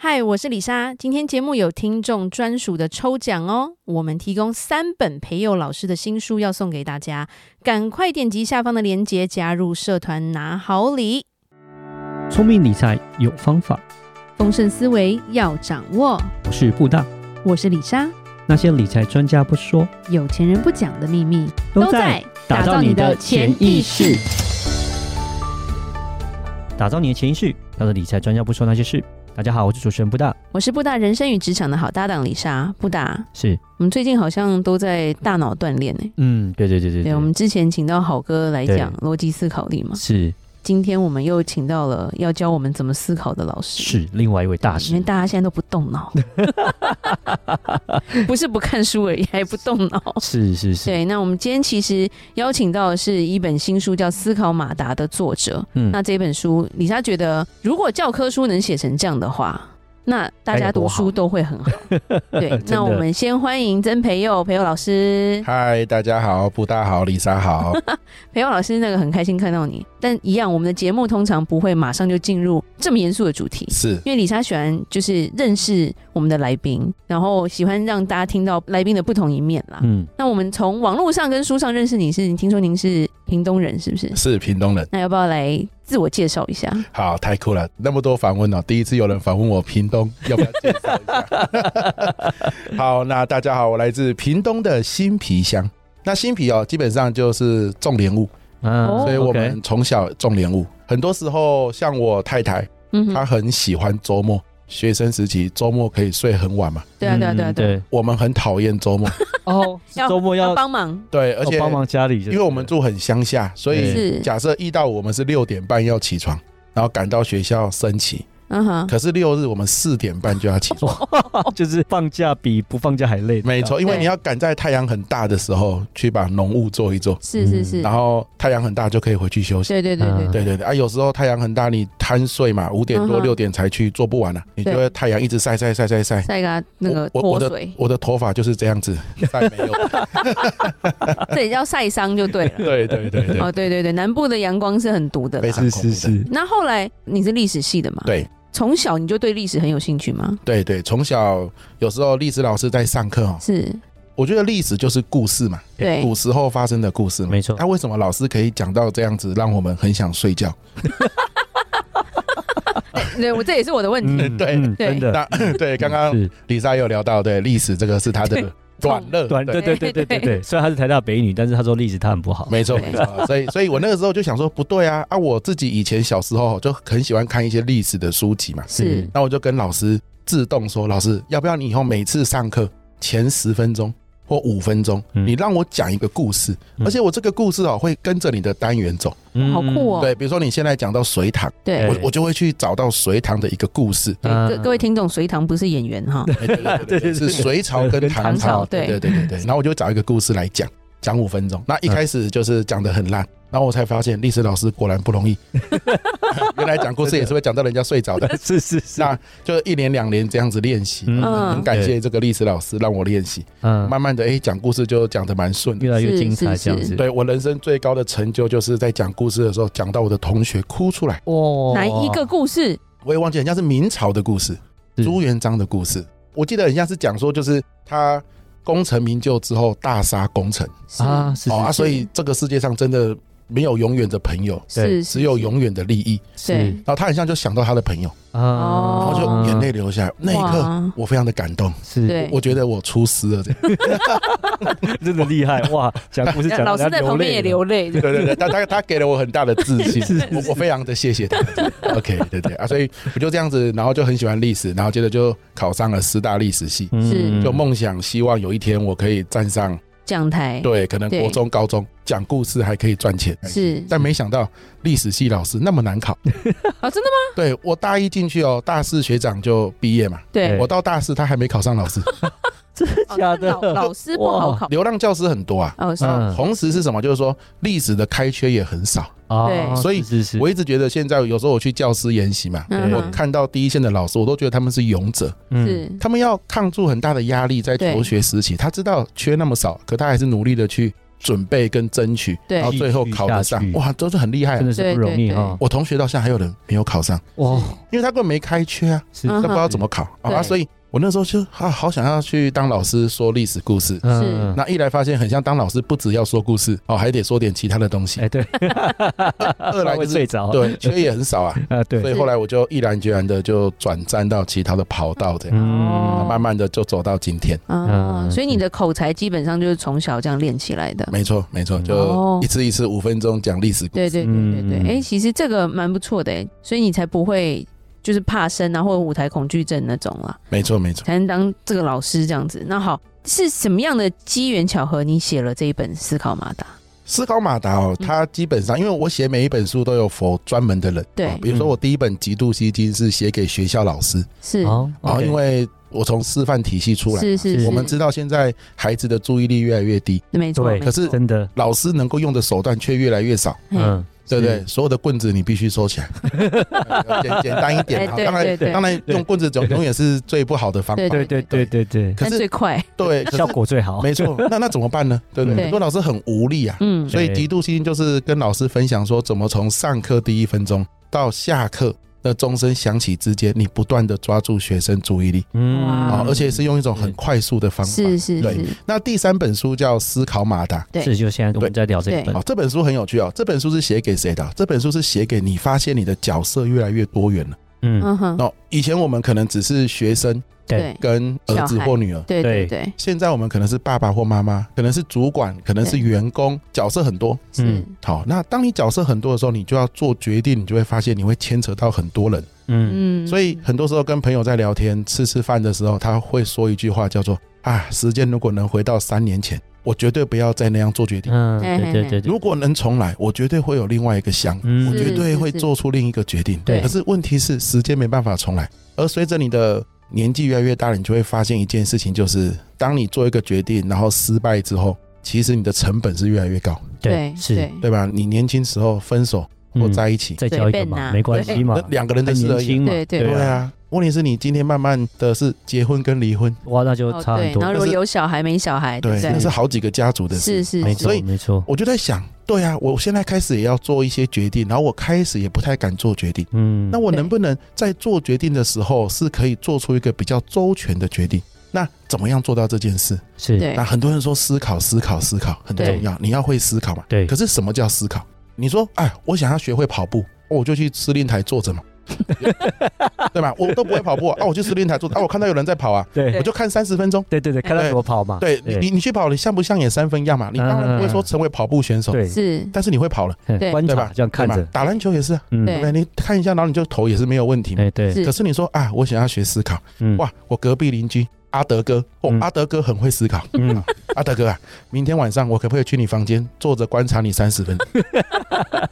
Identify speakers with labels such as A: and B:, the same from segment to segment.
A: 嗨，我是李莎。今天节目有听众专属的抽奖哦，我们提供三本培佑老师的新书要送给大家，赶快点击下方的链接加入社团拿好礼。
B: 聪明理财有方法，
A: 丰盛思维要掌握。
B: 我是布大。
A: 我是李莎，
B: 那些理财专家不说，
A: 有钱人不讲的秘密
B: 打造你的潜意识。打造你的潜意识，让的理财专家不说那些事。大家好，我是主持人布大，
A: 我是布达人生与职场的好搭档李莎。布达，
B: 是，
A: 我们最近好像都在大脑锻炼呢。
B: 嗯，对对对对
A: 对，我们之前请到好哥来讲逻辑思考力嘛，
B: 是
A: 今天我们又请到了要教我们怎么思考的老师。
B: 是另外一位大
A: 因为
B: 师，
A: 大家现在都不动 脑，不是不看书而已，还不动脑。
B: 是是是，
A: 对，那我们今天其实邀请到的是一本新书，叫《思考马达》的作者。
B: 嗯
A: 那这本书，李莎觉得，如果教科书能写成这样的话，那大
B: 该
A: 家
B: 有多
A: 读
B: 好
A: 书都会很好。对，
B: 真
A: 那我
B: 的
A: 们先欢迎曾培佑，培佑老师。
C: 嗨，大家好，布大好，李 莎好，
A: 培佑老师那个很开心看到你，但一样，我们的节目通常不会马上就进入这么严肃的主题。
C: 是
A: 因为李莎喜欢就是认识我们的来宾，然后喜欢让大家听到来宾的不同一面啦。
B: 嗯，
A: 那我们从网络上跟书上认识你是，你听说您是屏东人，是不是？
C: 是屏东人，
A: 那要不要来自我介绍一下？
C: 好，太酷了，那么多访问哦，第一次有人访问我屏东，要不要介绍一下？ 好，那大家好，我来自屏东的新皮乡，那新皮哦，基本上就是种莲雾，
B: 啊
A: 哦
C: 所以我
B: OK，
C: 们从小种莲雾，很多时候像我太太，
A: 嗯
C: 她
A: 哼，
C: 很喜欢周末，学生时期周末可以睡很晚嘛，
A: 对啊，对啊，对啊，
B: 嗯
A: 对啊，
B: 对，
C: 我们很讨厌周末，
B: 哦，是 周末要
A: 要帮忙，
C: 对，而且
B: 哦帮忙家里就
C: 因
B: 是了，
C: 为我们住很乡下，所以
B: 对
A: 是，
C: 假设一到五我们是六点半要起床，然后赶到学校升旗，
A: 嗯哼，
C: 可是六日我们四点半就要起床。
B: 哦就是放假比不放假还累，
C: 没错，因为你要赶在太阳很大的时候去把浓雾做一做，
A: 是是是
C: 嗯然，后太阳很大就可以回去休息。
A: 对对对对对，
B: 嗯
C: 对对对啊，有时候太阳很大，你贪睡嘛，五点
A: 嗯
C: 多
A: 哼
C: 六点才去，做不完了、你就会太阳一直晒晒晒晒晒。
A: 再给他那个
C: 我
A: 脱
C: 我的
A: 水，
C: 我的头发就是这样子，晒没 有。
A: 这也叫晒伤就对了。
C: 对对 对对，
A: 哦，对对对，南部的阳光是很毒的啦
C: 非。常恐怖的。
A: 那后来你是历史系的嘛？，
C: 对
A: 从小你就对历史很有兴趣吗？
C: 对对，从小有时候历史老师在上课哦，
A: 是，
C: 我觉得历史就是故事嘛，
A: 对，
C: 古时候发生的故事嘛。
B: 没错
C: 那、，为什么老师可以讲到这样子，让我们很想睡觉？
A: 对我这也是我的问题。
B: 嗯
C: 对
B: 嗯
A: 对
B: 真的，
C: 那 对，刚刚
B: 是
C: 李莎有聊到，对历史这个是她的嗯短乐，
B: 短对对对对 对对，虽然他是台大北女，但是他说历史他很不好，
C: 没错
A: 对
C: 没错。所以所以我那个时候就想说，不对啊啊！我自己以前小时候就很喜欢看一些历史的书籍嘛，
B: 嗯
A: 是，
C: 那我就跟老师自动说，老师要不要你以后每次上课前十分钟或五分钟，
B: 嗯
C: 你让我讲一个故事，
B: 嗯
C: 而且我这个故事哦会跟着你的单元走。
B: 嗯
A: 好酷哦
C: 对，比如说你现在讲到隋唐，
A: 对
B: 哎
C: 我我就会去找到隋唐的一个故事。
A: 对，
B: 啊
A: 各各位听众，隋唐不是演员哈，
C: 嗯哎对对 对对，是隋朝跟唐
A: 唐朝
C: 朝，
A: 对
C: 对对对对。嗯然后我就找一个故事来讲，讲五分钟。那一开始就是讲的很烂，然后我才发现历史老师果然不容易， 原来讲故事也是会讲到人家睡着的。
B: 是是是，
C: 那就一年两年这样子练习，
A: 嗯
C: 很感谢这个历史老师让我练习，
B: 嗯，
C: 慢慢的哎讲故事就讲的蛮顺的。
B: 越来越精彩这
A: 是
B: 样
A: 是
B: 子，
C: 对我人生最高的成就就是在讲故事的时候讲到我的同学哭出来，
B: 哇
A: 哪一个故事？
C: 我也忘记人家是明朝的故事，
B: 是
C: 朱元璋的故事。我记得人家是讲说，就是他功成名就之后大杀功臣
A: 是
B: 啊？是是
C: 哦啊，
B: 是
C: 所以这个世界上真的没有永远的朋友，
A: 是，
C: 只有
A: 是
C: 永远的利益。
A: 对
B: 是
C: 然后他很像就想到他的朋友，
B: 啊，
A: 哦
C: 然后就眼泪流下来。那一刻，
A: 哇
C: 我非常的感动，
B: 是，
A: 对
C: 我觉得我出师了。这样，
B: 真的厉害哇！讲故事 讲
A: 老师在旁边也流
B: 了，
A: 泪，
C: 对对对，他他他给了我很大的自信
B: 是是，
C: 我我非常的谢谢他。OK，对对啊，所以我就这样子，然后就很喜欢历史，然后接着就考上了师大历史系，
B: 嗯
A: 是哦
C: 就梦想希望有一天我可以站上
A: 讲台
C: 对，可能
A: 对
C: 国中、高中讲故事还可以赚钱，
A: 是
C: 但没想到历史系老师那么 难考。
A: 啊，真的吗？
C: 对我大一进去哦，大四学长就毕业嘛，
A: 对
B: 对，
C: 我到大四他还没考上老 师。
B: 真的
A: 哦
B: 哎假的
A: 老？老师不好考
C: 流浪教师很多啊，
A: 哦，是
B: 嗯
C: 同时是什么？就是说历史的开缺也很少。
B: 啊
A: 对
C: 所以
B: 是是，
C: 我一直觉得现在有时候我去教师研习嘛。
A: 嗯
B: 我
A: 哼
C: 看到第一线的老师，我都觉得他们是勇者，
B: 嗯
A: 是
C: 他们要抗住很大的压力，在
A: 对
C: 求学时期，他知道缺那么少，可他还是努力的去准备跟争取，
A: 对哦
C: 然后最后考得
B: 继
C: 上
B: 续，下去
C: 哇，都是很厉害啊、
B: 真的是不容易哈。
C: 我同学到现在还有人没有考上，
B: 哇，
C: 因为他根本没开缺啊，
B: 是
A: 嗯
C: 他不知道怎么考
A: 对
C: 啊，所以我那时候就啊，好想要去当老师说历史故事。
B: 嗯，
C: 那一来发现很像当老师，不只要说故事哦，还得说点其他的东西。
B: 哎对，
C: 二 来
B: 会
C: 就是
B: 最早
C: 对缺也很少啊，
B: 啊
C: 所
B: 对，
C: 以后来我就毅然决然的就转战到其他的跑道，这样
A: 哦
C: 慢慢的就走到今天。
A: 啊，
B: 嗯
A: 所以你的口才基本上就是从小这样练起来的。
C: 没错，没错，
B: 嗯
A: 哦
C: 就一次一次五分钟讲历史故事。
A: 对对对对对，
B: 嗯
A: 哎、其实这个蛮不错的哎，所以你才不会就是怕生啊，或者舞台恐惧症那种啊啦，
C: 没错，没错。
A: 才能当这个老师这样子。那好，是什么样的机缘巧合你写了这一本《思考马达》？
C: 思考马达哦，
A: 嗯
C: 它基本上因为我写每一本书都有佛专门的人，
A: 对嗯
C: 哦比如说我第一本《极度吸睛》是写给学校老师，
A: 是、
B: 哦
C: 然后
B: OK
C: 因为我从师范体系出来，
A: 是是
B: 是
A: 是，
C: 啊我们知道现在孩子的注意力越来越低，
A: 没错，
B: 对
A: 没
C: 可是
B: 真的，
C: 老师能够用的手段却越来越少，
A: 嘿
B: 嗯，
C: 对不对？
B: 是？
C: 所有的棍子你必须收起来，呃简简单一
A: 哎、
C: 点。好
A: 对
C: 当然，
A: 对对，
C: 当然用棍子总
B: 对对
C: 永远是最不好的方法
A: 对。
B: 对对对对对，
C: 可
A: 但
C: 是
A: 最快，
C: 对，可是
B: 效果最好。
C: 没错，那那怎么办呢？对不
A: 嗯
C: 对？很多老师很无力啊，
A: 嗯，
C: 所以
B: 对
C: 极度吸睛就是跟老师分享说，怎么从上课第一分钟到下课的钟声响起之间，你不断的抓住学生注意力
A: 哇
C: 啊、
A: 嗯
C: 而且是用一种很快速的方法。
A: 是是
C: 对
A: 是，
C: 那第三本书叫《思考马达》。
A: 对
B: 是就现在我们在聊这一本
C: 哦，这本书很有趣哦。这本书是写给谁的？这本书是写给你发现你的角色越来越多元了。
B: 嗯，
A: 嗯哼，
C: 哦，以前我们可能只是学生
A: 对
C: 跟儿子
A: 小孩
C: 或女儿，
A: 对对
B: 对
A: 对，
C: 现在我们可能是爸爸或妈妈，可能是主管，可能是
A: 对
C: 员工，角色很多。
A: 是、
B: 嗯
C: 好，那当你角色很多的时候，你就要做决定，你就会发现你会牵扯到很多人。
B: 嗯，
A: 嗯，
C: 所以很多时候跟朋友在聊天、吃吃饭的时候，他会说一句话叫做“啊，时间如果能回到三年前，我绝对不要再那样做决定；
B: 嗯，对对对对，
C: 如果能重来，我绝对会有另外一个想法，
B: 嗯
C: 我绝
A: 是
C: 对会做出另一个决定。”
B: 对
C: 可是问题是，时间没办法重来，而随着你的年纪越来越大，你就会发现一件事情，就是当你做一个决定，然后失败之后，其实你的成本是越来越高，
A: 对哦
B: 是，
C: 对吧？你年轻时候分手或
B: 嗯
C: 在一起，
B: 再交一个嘛，没关系嘛
C: 那，两个人
B: 还
C: 的事
B: 年
C: 而已。
B: 轻嘛，
A: 对对
C: 对啊，问题是你今天慢慢的是结婚跟离婚，
B: 哇，那就
A: 哦
B: 差很
A: 对，
B: 多
A: 然后，如
C: 但
A: 果
C: 是
A: 有小孩没小孩，
C: 对，
A: 不
C: 那是好几个家族的
A: 是
C: 事。
A: 是
B: 没
A: 是，
B: 错没错，
C: 我就在想，对啊，我现在开始也要做一些决定，然后我开始也不太敢做决定。
B: 嗯，
C: 那我能不能在做决定的时候是可以做出一个比较周全的决定？那怎么样做到这件事？
B: 是
A: 对
C: 那很多人说思考，思考，思考很重要，你要会思考嘛。
B: 对
C: 可是什么叫思考？你说，哎，我想要学会跑步，哦我就去司令台坐着嘛， 对吧？我都不会跑步啊，啊我去司令台坐着，啊，我看到有人在跑啊，
B: 对
C: 我就看三十分钟。
B: 对对对，看他怎么跑嘛，
C: 对你，你你去跑，你像不像也三分样嘛？你当然不会说成为跑步选手，
B: 嗯对
A: 是，
C: 但是你会跑了，
B: 对，观
C: 对
B: 察
C: 吧？
B: 这样看
C: 对
B: 着
C: 吧，打篮球也是啊，
B: 嗯，
A: 对
C: 对不对？你看一下，然后你就投也是没有问题嘛。
B: 哎对，
A: 是
C: 可是你说啊，我想要学思考，
B: 嗯，
C: 哇，我隔壁邻居阿德哥，哦
B: 嗯，
C: 阿德哥很会思考，
B: 嗯，
C: 阿德哥啊，明天晚上我可不可以去你房间坐着观察你三十分 钟？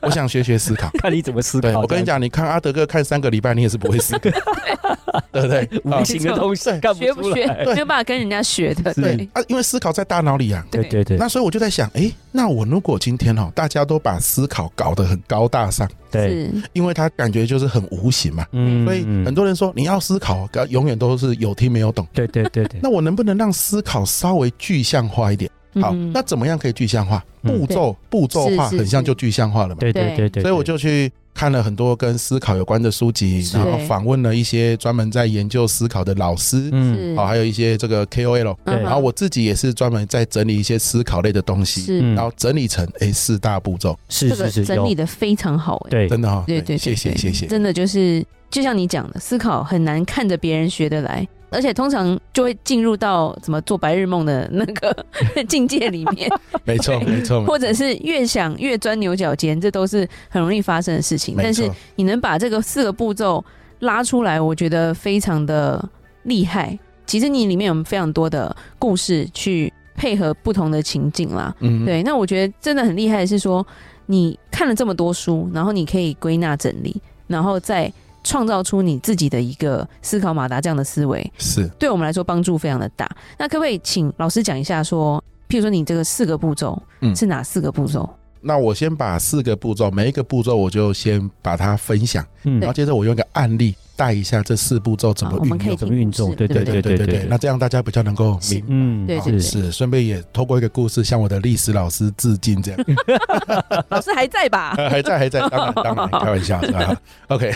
C: 我想学学思考。
B: 看你怎么思
C: 对，
B: 考，
C: 我跟你，讲，你看阿德哥看三个礼拜，你也是不会 思考，对不对？啊
B: 无形的东西干
A: 学
B: 不
A: 不
B: 出
A: 学
B: 来，
A: 没有办法跟人家学的，
B: 是
A: 对
C: 啊，因为思考在大脑里啊。
B: 对对对
C: 那所以我就在想，诶，那我如果今天哦，大家都把思考搞得很高大上，
B: 对，
A: 是
C: 因为他感觉就是很无形嘛，
B: 嗯，
C: 所以很多人说你要思考，可永远都是有听没有懂。
B: 对对 对对，
C: 那我能不能让思考稍微具象化一点？好，
A: 嗯
C: 那怎么样可以具象化？
B: 嗯
C: 步骤步骤化
A: 是是
C: 很像就具象化了嘛。
B: 对对对对，
C: 所以我就去看了很多跟思考有关的书籍，
B: 是
C: 然后访问了一些专门在研究思考的老师，
B: 嗯
A: 是
C: 好，还有一些这个 KOL。
B: 对
A: 嗯哼
C: 然后我自己也是专门在整理一些思考类的东西，
A: 是
B: 嗯
C: 然后整理成诶四大步骤，
B: 是
A: 这个
B: 是是
A: 整
B: 有
A: 理的非常好，哎，
B: 对
C: 真的哈、哦，
A: 对对对
C: 谢谢
A: 对
C: 谢谢，
A: 真的就是就像你讲的，思考很难看着别人学得来。而且通常就会进入到怎么做白日梦的那个 境界里面，
C: 没错没错，
A: 或者是越想越钻牛角尖，这都是很容易发生的事情。
C: 没
A: 但是
C: 错，
A: 你能把这个四个步骤拉出来，我觉得非常的厉害。其实你里面有非常多的故事去配合不同的情境啦。
C: 嗯，
A: 对，那我觉得真的很厉害的是说，你看了这么多书，然后你可以归纳整理，然后再创造出你自己的一个思考马达这样的思维，
C: 是。
A: 对我们来说帮助非常的大。那可不可以请老师讲一下说，譬如说你这个四个步骤，
C: 嗯
A: 是哪四个步骤？
C: 那我先把四个步骤，每一个步骤我就先把它分享，
B: 嗯
C: 然后接着我用一个案例带一下这四步骤怎么
A: 啊好我
C: 运
A: 们可以听
C: 用。
B: 怎么运
A: 故事
B: 作
A: 嘛
B: 对
A: 对不
B: 对
C: 对对对，那这样大家比较能够
A: 是
C: 明
B: 嗯，
A: 对
C: 对
A: 对
C: 是，顺便也透过一个故事向我的历史老师致敬， 这样
A: 老师还在 吧？
C: 还在还在，当然当然，开玩笑 是吧？OK，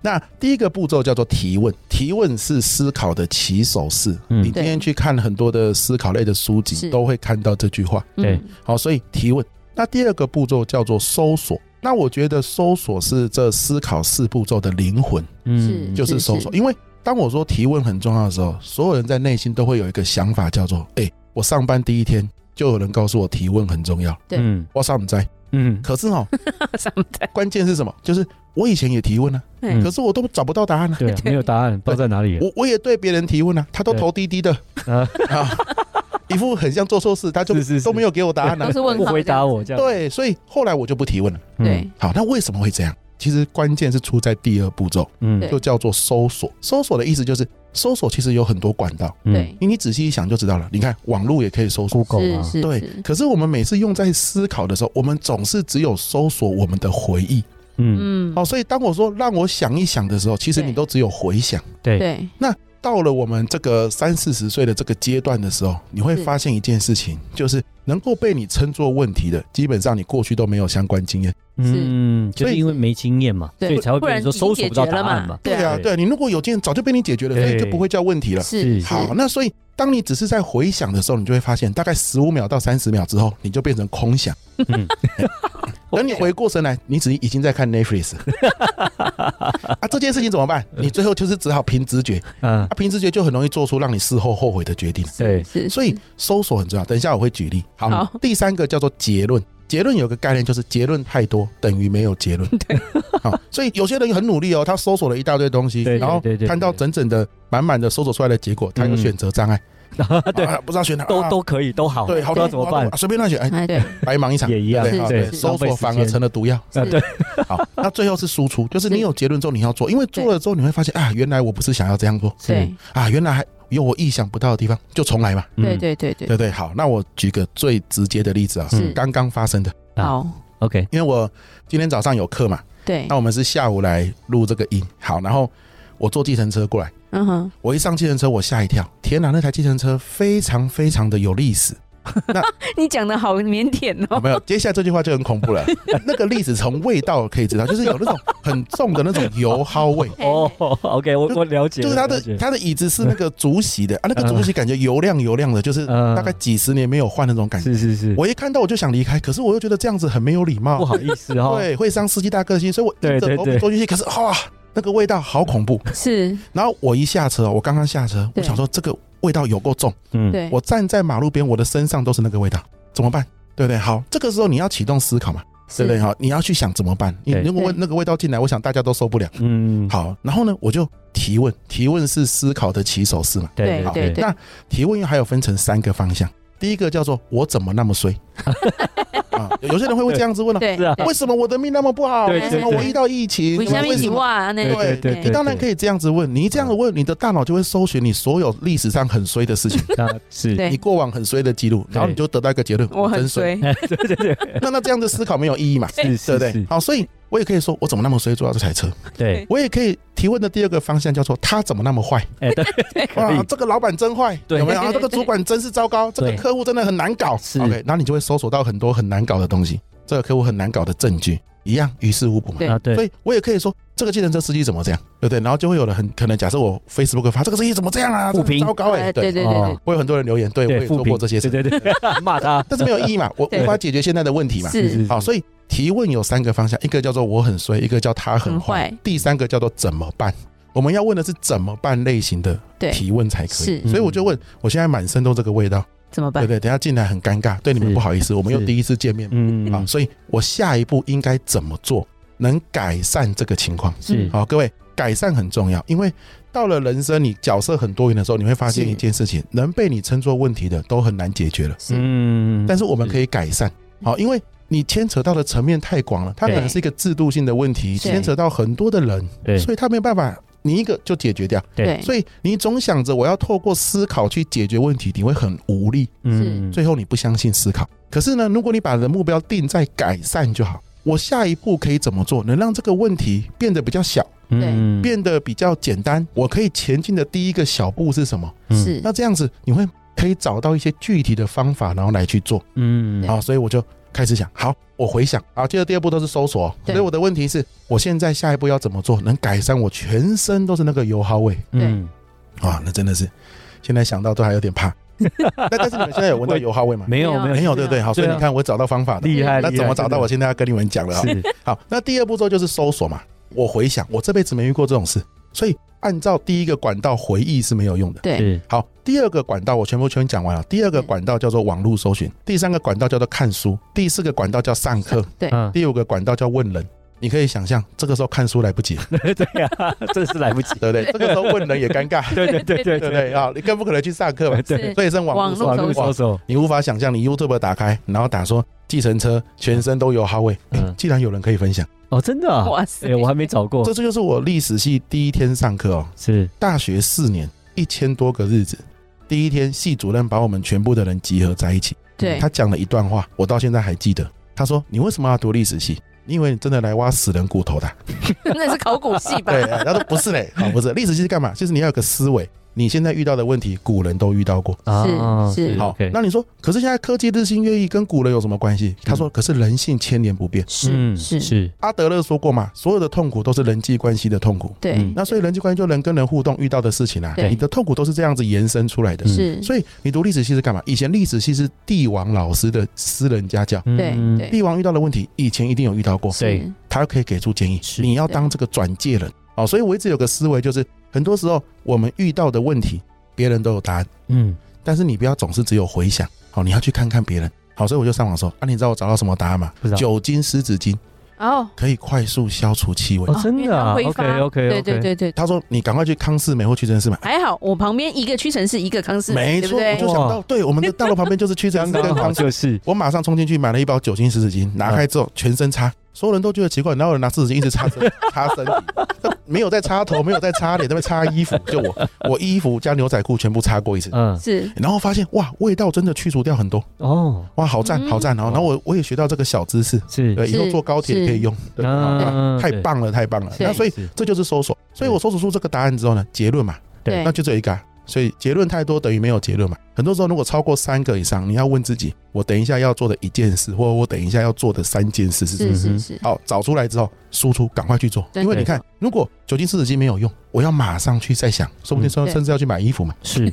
C: 那第一个步骤叫做提问，提问是思考的起手式。
B: 嗯
C: 你今天去看很多的思考类的书籍，
A: 是
C: 都会看到这句话。
B: 对
A: 嗯，
C: 好，所以提问。那第二个步骤叫做搜索。那我觉得搜索是这思考四步骤的灵魂，
B: 嗯，
C: 就是搜索。因为当我说提问很重要的时候，所有人在内心都会有一个想法，叫做：哎、我上班第一天就有人告诉我提问很重要，
A: 对
B: 嗯
C: 我上不在。
B: 嗯，
C: 可是哦，
A: 上台，
C: 关键是什么？就是我以前也提问啊，
A: 哎
B: 嗯
C: 可是我都找不到答案啊。
B: 对啊，没有答案，不知道在哪里。
C: 我我也对别人提问啊，他都
B: 对
C: 头低低的
B: 啊，
C: 啊，一副很像做错事， 他就 是
B: 是是
C: 都没有给我答案
A: 都
C: 啊
A: 是。问
B: 不
A: 号
B: 回
A: 这样
B: 答
A: 子
B: 我这样。
C: 对，所以后来我就不提问了。
B: 嗯，
A: 对，
C: 好，那为什么会这样？其实关键是出在第二步骤，
B: 嗯，
A: 对
C: 就叫做搜索。搜索的意思就是，搜索其实有很多管道，
B: 嗯，
A: 对，
C: 你你仔细一想就知道了。你看，网络也可以搜索，
B: ，Google
A: 是
B: 啊，
A: 是
C: 对
A: 是。
C: 可是我们每次用在思考的时候，我们总是只有搜索我们的回忆。哦
B: 嗯，
A: 嗯，
C: 好，所以当我说让我想一想的时候，其实
A: 对
C: 你都只有回想。
B: 对，
A: 对，
C: 到了我们这个三四十岁的这个阶段的时候，你会
A: 是
C: 发现一件事情，就是能够被你称作问题的，基本上你过去都没有相关经验。
B: 嗯，就是因为没经验嘛，
A: 对
B: 所以才会
A: 不
B: 变
A: 然
B: 成说
A: 已经
B: 搜索
A: 解
B: 不到
A: 决了
B: 答案
A: 嘛
B: 嘛。
A: 对
C: 啊，对啊，你如果有经验，早就被你解决了，所以
B: 对
C: 就不会叫问题了。
A: 是
B: 是
C: 啊好，那所以当你只是在回想的时候，你就会发现，大概十五秒到三十秒之后，你就变成空想。
B: 嗯
C: 等你回过神来，你只已经在 看 Netflix 啊，这件事情怎么办？你最后就是只好凭直觉，
B: 嗯
C: 啊，，凭直觉就很容易做出让你事后后悔的决定。
B: 对，
A: 是，
C: 所以
A: 是
C: 搜索很重要。等一下我会举例。好，
A: 好
C: 第三个叫做结论。结论有个概念，就是结论太多等于没有 结论。
A: 对，
C: 好，所以有些人很努力哦，他搜索了一大堆东西，
B: 对
C: 然后
B: 对对对
C: 看到整整的、满满的搜索出来的结果，他有
B: 嗯
C: 选择障碍，
B: 对，
C: 啊，不知道选哪，
B: 都
C: 啊
B: 都可以，都好，
C: 对，好
B: 不知
C: 多
B: 道怎么办啊
C: 随便乱选，哎，
A: 哎对，
C: 白忙一场，
B: 也一样
C: 对
A: 是
C: 好
A: 是
C: 对
A: 是
C: 搜索反而成了毒药。
B: 啊，
A: 是
B: 对，
C: 好，那最后是输出，就是
A: 是
C: 你有结论之后你要做，因为做了之后你会发现啊，原来我不是想要这样做
A: 对
C: 啊，原来还有我意想不到的地方，就重来嘛。
A: 对
B: 嗯
A: 对对对，嗯
C: 对对，好，那我举个最直接的例子啊，
A: 是
C: 刚刚发生的，
B: 啊
A: 好，
B: ，OK，
C: 因为我今天早上有课嘛，
A: 对
C: 那，我们是下午来录这个音，好，然后我坐计程车过来，
A: 嗯哼，
C: 我一上计程车我吓一跳，天哪，那台计程车非常非常的有历史，
A: 你讲的好腼腆
C: 有
A: 哦，
C: 没有？接下来这句话就很恐怖 了，那个历史从味道可以知道，就是有那种很重的那种油蒿味。
B: 哦，OK，我我了解了，
C: 就是它
B: 了解
C: 的它的椅子是那个竹席的啊，那个竹席感觉油亮油亮的，就是
B: 嗯
C: 大概几十年没有换那种感觉。
B: 是是是，
C: 我一看到我就想离开，可是我又觉得这样子很没有礼貌，
B: 不好意思哈，
C: 对，会伤司机大哥的心，所以我
B: 对
C: 硬着
B: 对
C: 头皮
B: 对
C: 坐进去。可是哇，那个味道好 恐怖。
A: 是，
C: 然后我一下车，我刚刚下车，我
A: 对
C: 想说这个味道有够重，
B: 嗯，
A: 对，
C: 我站在马路边，我的身上都是那个味道，怎么办？对不对？好，这个时候你要启动思考嘛，对
A: 是
C: 不对？好，你要去想怎么办。你
B: 对
C: 如果问
A: 对
C: 那个味道进来，我想大家都受不了。
B: 嗯，
C: 好，然后呢，我就提问，提问是思考的起手式嘛。
B: 对
A: 对
B: 对
A: 对，
C: 那提问又还有分成三个方向，第一个叫做我怎么那 么衰啊？有有些人会会这样子问呢、
A: 对
B: 是啊
A: 对
C: 为什么我的命那么不好？
B: 对
C: 为什么
A: 对对
C: 我遇到疫情？
A: 为什么
C: 为
A: 一
C: 什
A: 起
C: 么？
A: 哇？那
C: 对
A: 个
B: 对
C: 你当然可以这样子问，你这样子问，你的大脑就会搜寻你所有历史上很衰的事情，
B: 那 是，
A: 对
C: 你过往很衰的记录，然后你就得到一个结论，
A: 我很
C: 真。
A: 衰，
B: 对对对，
C: 那那这样的思考没有意义嘛？
B: 是
C: 对
B: 是
C: 不对？
B: 是，
C: 好，所以我也可以说，我怎么那么衰坐到这台车？
B: 对，
C: 我也可以提问的第二个方向叫做他怎么那么坏？
B: 哎对，可
C: 哇，
B: 以，
C: 这个老板真坏，
B: 对
C: 有没有？啊
A: 对对
C: 这个主管真是糟糕，这个
B: 对
C: 客户真的很难搞。
B: 是
C: OK，然后你就会搜索到很多很难搞的东西，这个客户很难搞的证据，一样于事无补嘛。
A: 对
B: 啊
C: 所
B: 对，
C: 以我也可以说这个计程车司机怎么这样，对不对？然后就会有人很可能假设我 Facebook 发这个司机怎么这 样啊，
B: 不平
C: 这糟糕哎、
A: 哎对对对
B: 哦
A: 对，
C: 会有很多人留言，对我也
B: 对，
C: 做
B: 复评
C: 过这些事，
B: 对对对，骂他，
C: 但是没有 意义嘛，我
A: 对
C: 无法解决现在的问题嘛。
B: 是
A: 是
B: 是，
C: 好，所以提问有三个方向，一个叫做我很衰，一个叫他很坏，
A: 很坏
C: 第三个叫做怎么办。我们要问的是怎么办类型的
A: 对，
C: 提问才可以。
A: 是
B: 嗯
C: 所以我就问，我现在满身都这个味道，
A: 怎么
C: 对
A: 办
C: 不？对？等一下进来很尴尬，对你们
B: 是
C: 不好意思，我们又
B: 是
C: 第一次见面嘛
B: 嗯，
C: 啊，所以我下一步应该怎么做，能改善这个情况？
B: 是
C: 好，各位，改善很重要，因为到了人生你角色很多元的时候，你会发现
A: 是
C: 一件事情，能被你称作问题的都很难解决了。
A: 是，
B: 嗯，
C: 但是我们可以改善，好，因为你牵扯到的层面太广了，它可
B: 对
C: 能是一个制度性的问题，
A: 对
C: 牵扯到很多的人，
B: 对
C: 所以它没有办法。你一个就解决掉，
B: 对
A: 对，
C: 所以你总想着我要透过思考去解决问题，你会很无力，
B: 嗯，
C: 最后你不相信思考。可是呢，如果你把你的目标定在改善就好，我下一步可以怎么做，能让这个问题变得比较小，
B: 嗯，
C: 变得比较简单。我可以前进的第一个小步是什么？
B: 嗯
A: 是
C: 那这样子你会可以找到一些具体的方法，然后来去做。
B: 嗯，
C: 好，所以我就开始想，好，我回想，好，接着第二步都是搜索哦。
A: 对
C: 所以我的问题是，我现在下一步要怎么做，能改善我全身都是那个油耗味
B: 嗯，
C: 啊？那真的是，现在想到都还有点 怕。那但是你们现在有闻到油耗味吗？
B: 没有没有，
C: 没有，对不对？好，所以
B: 对啊
C: 你看我找到方法的。
B: 厉害，
C: 那
B: 厉
C: 怎么
B: 害
C: 找到？我？现在要跟你们讲了、哦。
B: 真的是，
C: 好，那第二步骤就是搜索嘛。我回想，我这辈子没遇过这种事，所以按照第一个管道回忆是没有用的。
A: 对，
B: 是，
C: 好，第二个管道我全部全讲完了。第二个
A: 嗯
C: 管道叫做网络搜寻，第三个管道叫做看书，第四个管道叫上课，
A: 对
B: 嗯，
C: 第五个管道叫问人。你可以想象，这个时候看书来 不及，
B: 对呀，真是来不及。
C: 对不对？这个时候问人也尴尬，
B: 对对对 对
C: 对不对啊？你更不可能去上课嘛。
A: 对
C: 所以剩网
A: 网
C: 络
A: 络
C: 搜
B: 网络
C: 寻
B: 搜索，
C: 你无法想象，你 YouTube 打开，然后打说计程车，全身都有哈味，
B: 嗯，
C: 既然有人可以分享，
B: 哦，真的啊，
A: 哇塞
B: 哎，我还没找过
C: 这，这就是我历史系第一天上课哦，
B: 是，
C: 大学四年一千多个日子，第一天系主任把我们全部的人集合在一起，
A: 对
C: 他讲了一段话，我到现在还记得。他说：“你为什么要读历史系？你以为你真的来挖死人骨头的啊？
A: 那是考古系吧？
C: 对，啊他说不是嘞，好不是历史系是干嘛？就是你要有个思维，你现在遇到的问题，古人都遇到过。
B: 啊
A: 是是
C: 好
B: OK
C: 那你说，可是现在科技日新月异，跟古人有什么关系？他说，可是人性千年不变。
A: 是
B: 是
A: 是，
B: 嗯是，
C: 阿德勒说过嘛，所有的痛苦都是人际关系的痛苦。
A: 对
B: 嗯，
C: 那所以人际关系就人跟人互动遇到的事情啊，
A: 对
C: 你的痛苦都是这样子延伸出来的。
B: 嗯
A: 是，
C: 所以你读历史系是干嘛？以前历史系是帝王老师的私人家教，
A: 对
B: 嗯
A: 对
C: 帝王遇到的问题，以前一定有遇到过，
B: 对
A: 是
C: 他可以给出建议。
B: 是
C: 你要当这个转介人哦，所以我一直有个思维，就是很多时候我们遇到的问题，别人都有答案，
B: 嗯，
C: 但是你不要总是只有回想，哦好，你要去看看别人。好，所以我就上网搜，啊，你知道我找到什么答案吗
B: 不知？道
C: 酒精湿纸巾
A: 哦，
C: 可以快速消除气味。
B: 哦，真的啊
A: 因为它挥发
B: ，OK OK
A: 对
B: OK，
A: 对对对，
C: 他说你赶快去康士美或屈臣氏买。
A: 还好我旁边一个屈臣氏，一个康氏，
C: 没
A: 对
C: 错，
A: 不
C: 我
A: 对
C: 就想到，对，我们的大楼旁边就是屈臣氏
B: 刚
C: 跟
B: 刚好
C: 康士。
B: 就是，
C: 我马上冲进去买了一包酒精湿纸巾，拿开之后全身擦，所有人都觉得奇怪，哪有人拿湿纸巾一直擦身 擦身体？没有在擦头，没有在擦脸，在那边擦衣服，就我， 我衣服加牛仔裤全部擦过一次，
B: 嗯，
A: 是
C: 然后发现哇，味道真的去除掉很多，
B: 哦，
C: 哇，好赞
A: 嗯
C: 好赞哦！然后我我也学到这个小知识，
B: 是，
C: 对，以后
A: 是
C: 坐高铁也可以用，对，啊
B: 嗯
C: 太，棒了，太棒了。
A: 是
C: 那所以
B: 是
C: 这就是搜索，所以我搜索出这个答案之后呢，结论嘛，
A: 对
C: 那就只有一个、啊，所以结论太多等于没有结论嘛。很多时候，如果超过三个以上，你要问自己：我等一下要做的一件事，或者我等一下要做的三件事是什么？
A: 是是
B: 嗯哼
A: 是，
C: 好，找出来之后，输出赶快去做，
A: 真的
C: 因为你看，如果酒精湿纸巾没有用，我要马上去再想，说不定
B: 嗯
C: 说
A: 对
C: 甚至要去买衣服嘛。
B: 是，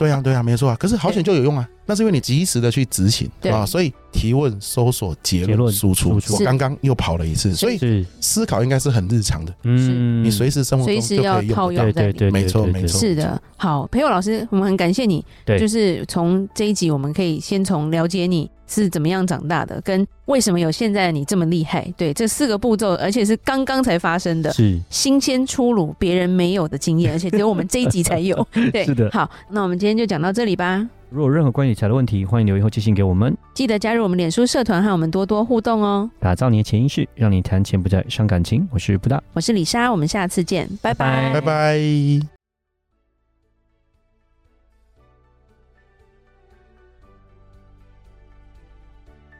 C: 对啊，对啊，没错啊。可是好险就有用啊，那是因为你及时的去执行
A: 对
C: 啊。所以提问、搜索、结
B: 结
C: 论、
B: 论
C: 输出
B: 输，出
C: 我
A: 是
C: 刚刚又跑了一次，所以
B: 是，
C: 思考应该是很日常的，
B: 嗯，
C: 你随时生活中
A: 随
C: 就
A: 时要
C: 可以
A: 套
C: 用得到。
A: 用
B: 对
A: 在
B: 对
A: 里面。
B: 对，
C: 没错
B: 对对
C: 没错
A: 是的，好，裴友老师，我们很感谢你。
B: 对
A: 就是从这一集，我们可以先从了解你是怎么样长大的，跟为什么有现在的你这么厉害。对，这四个步骤，而且是刚刚才发生的。
B: 是，
A: 新鲜出炉，别人没有的经验，而且只有我们这一集才 有。对，
B: 是的
A: 好，那我们今天就讲到这里吧。
B: 如果有任何关于理财的问题，欢迎留言或寄信给我们。
A: 记得加入我们脸书社团，和我们多多互动哦。
B: 打造你的潜意识，让你谈钱不再伤感情。我是布大。
A: 我是李莎，我们下次见，拜拜，
C: 拜拜。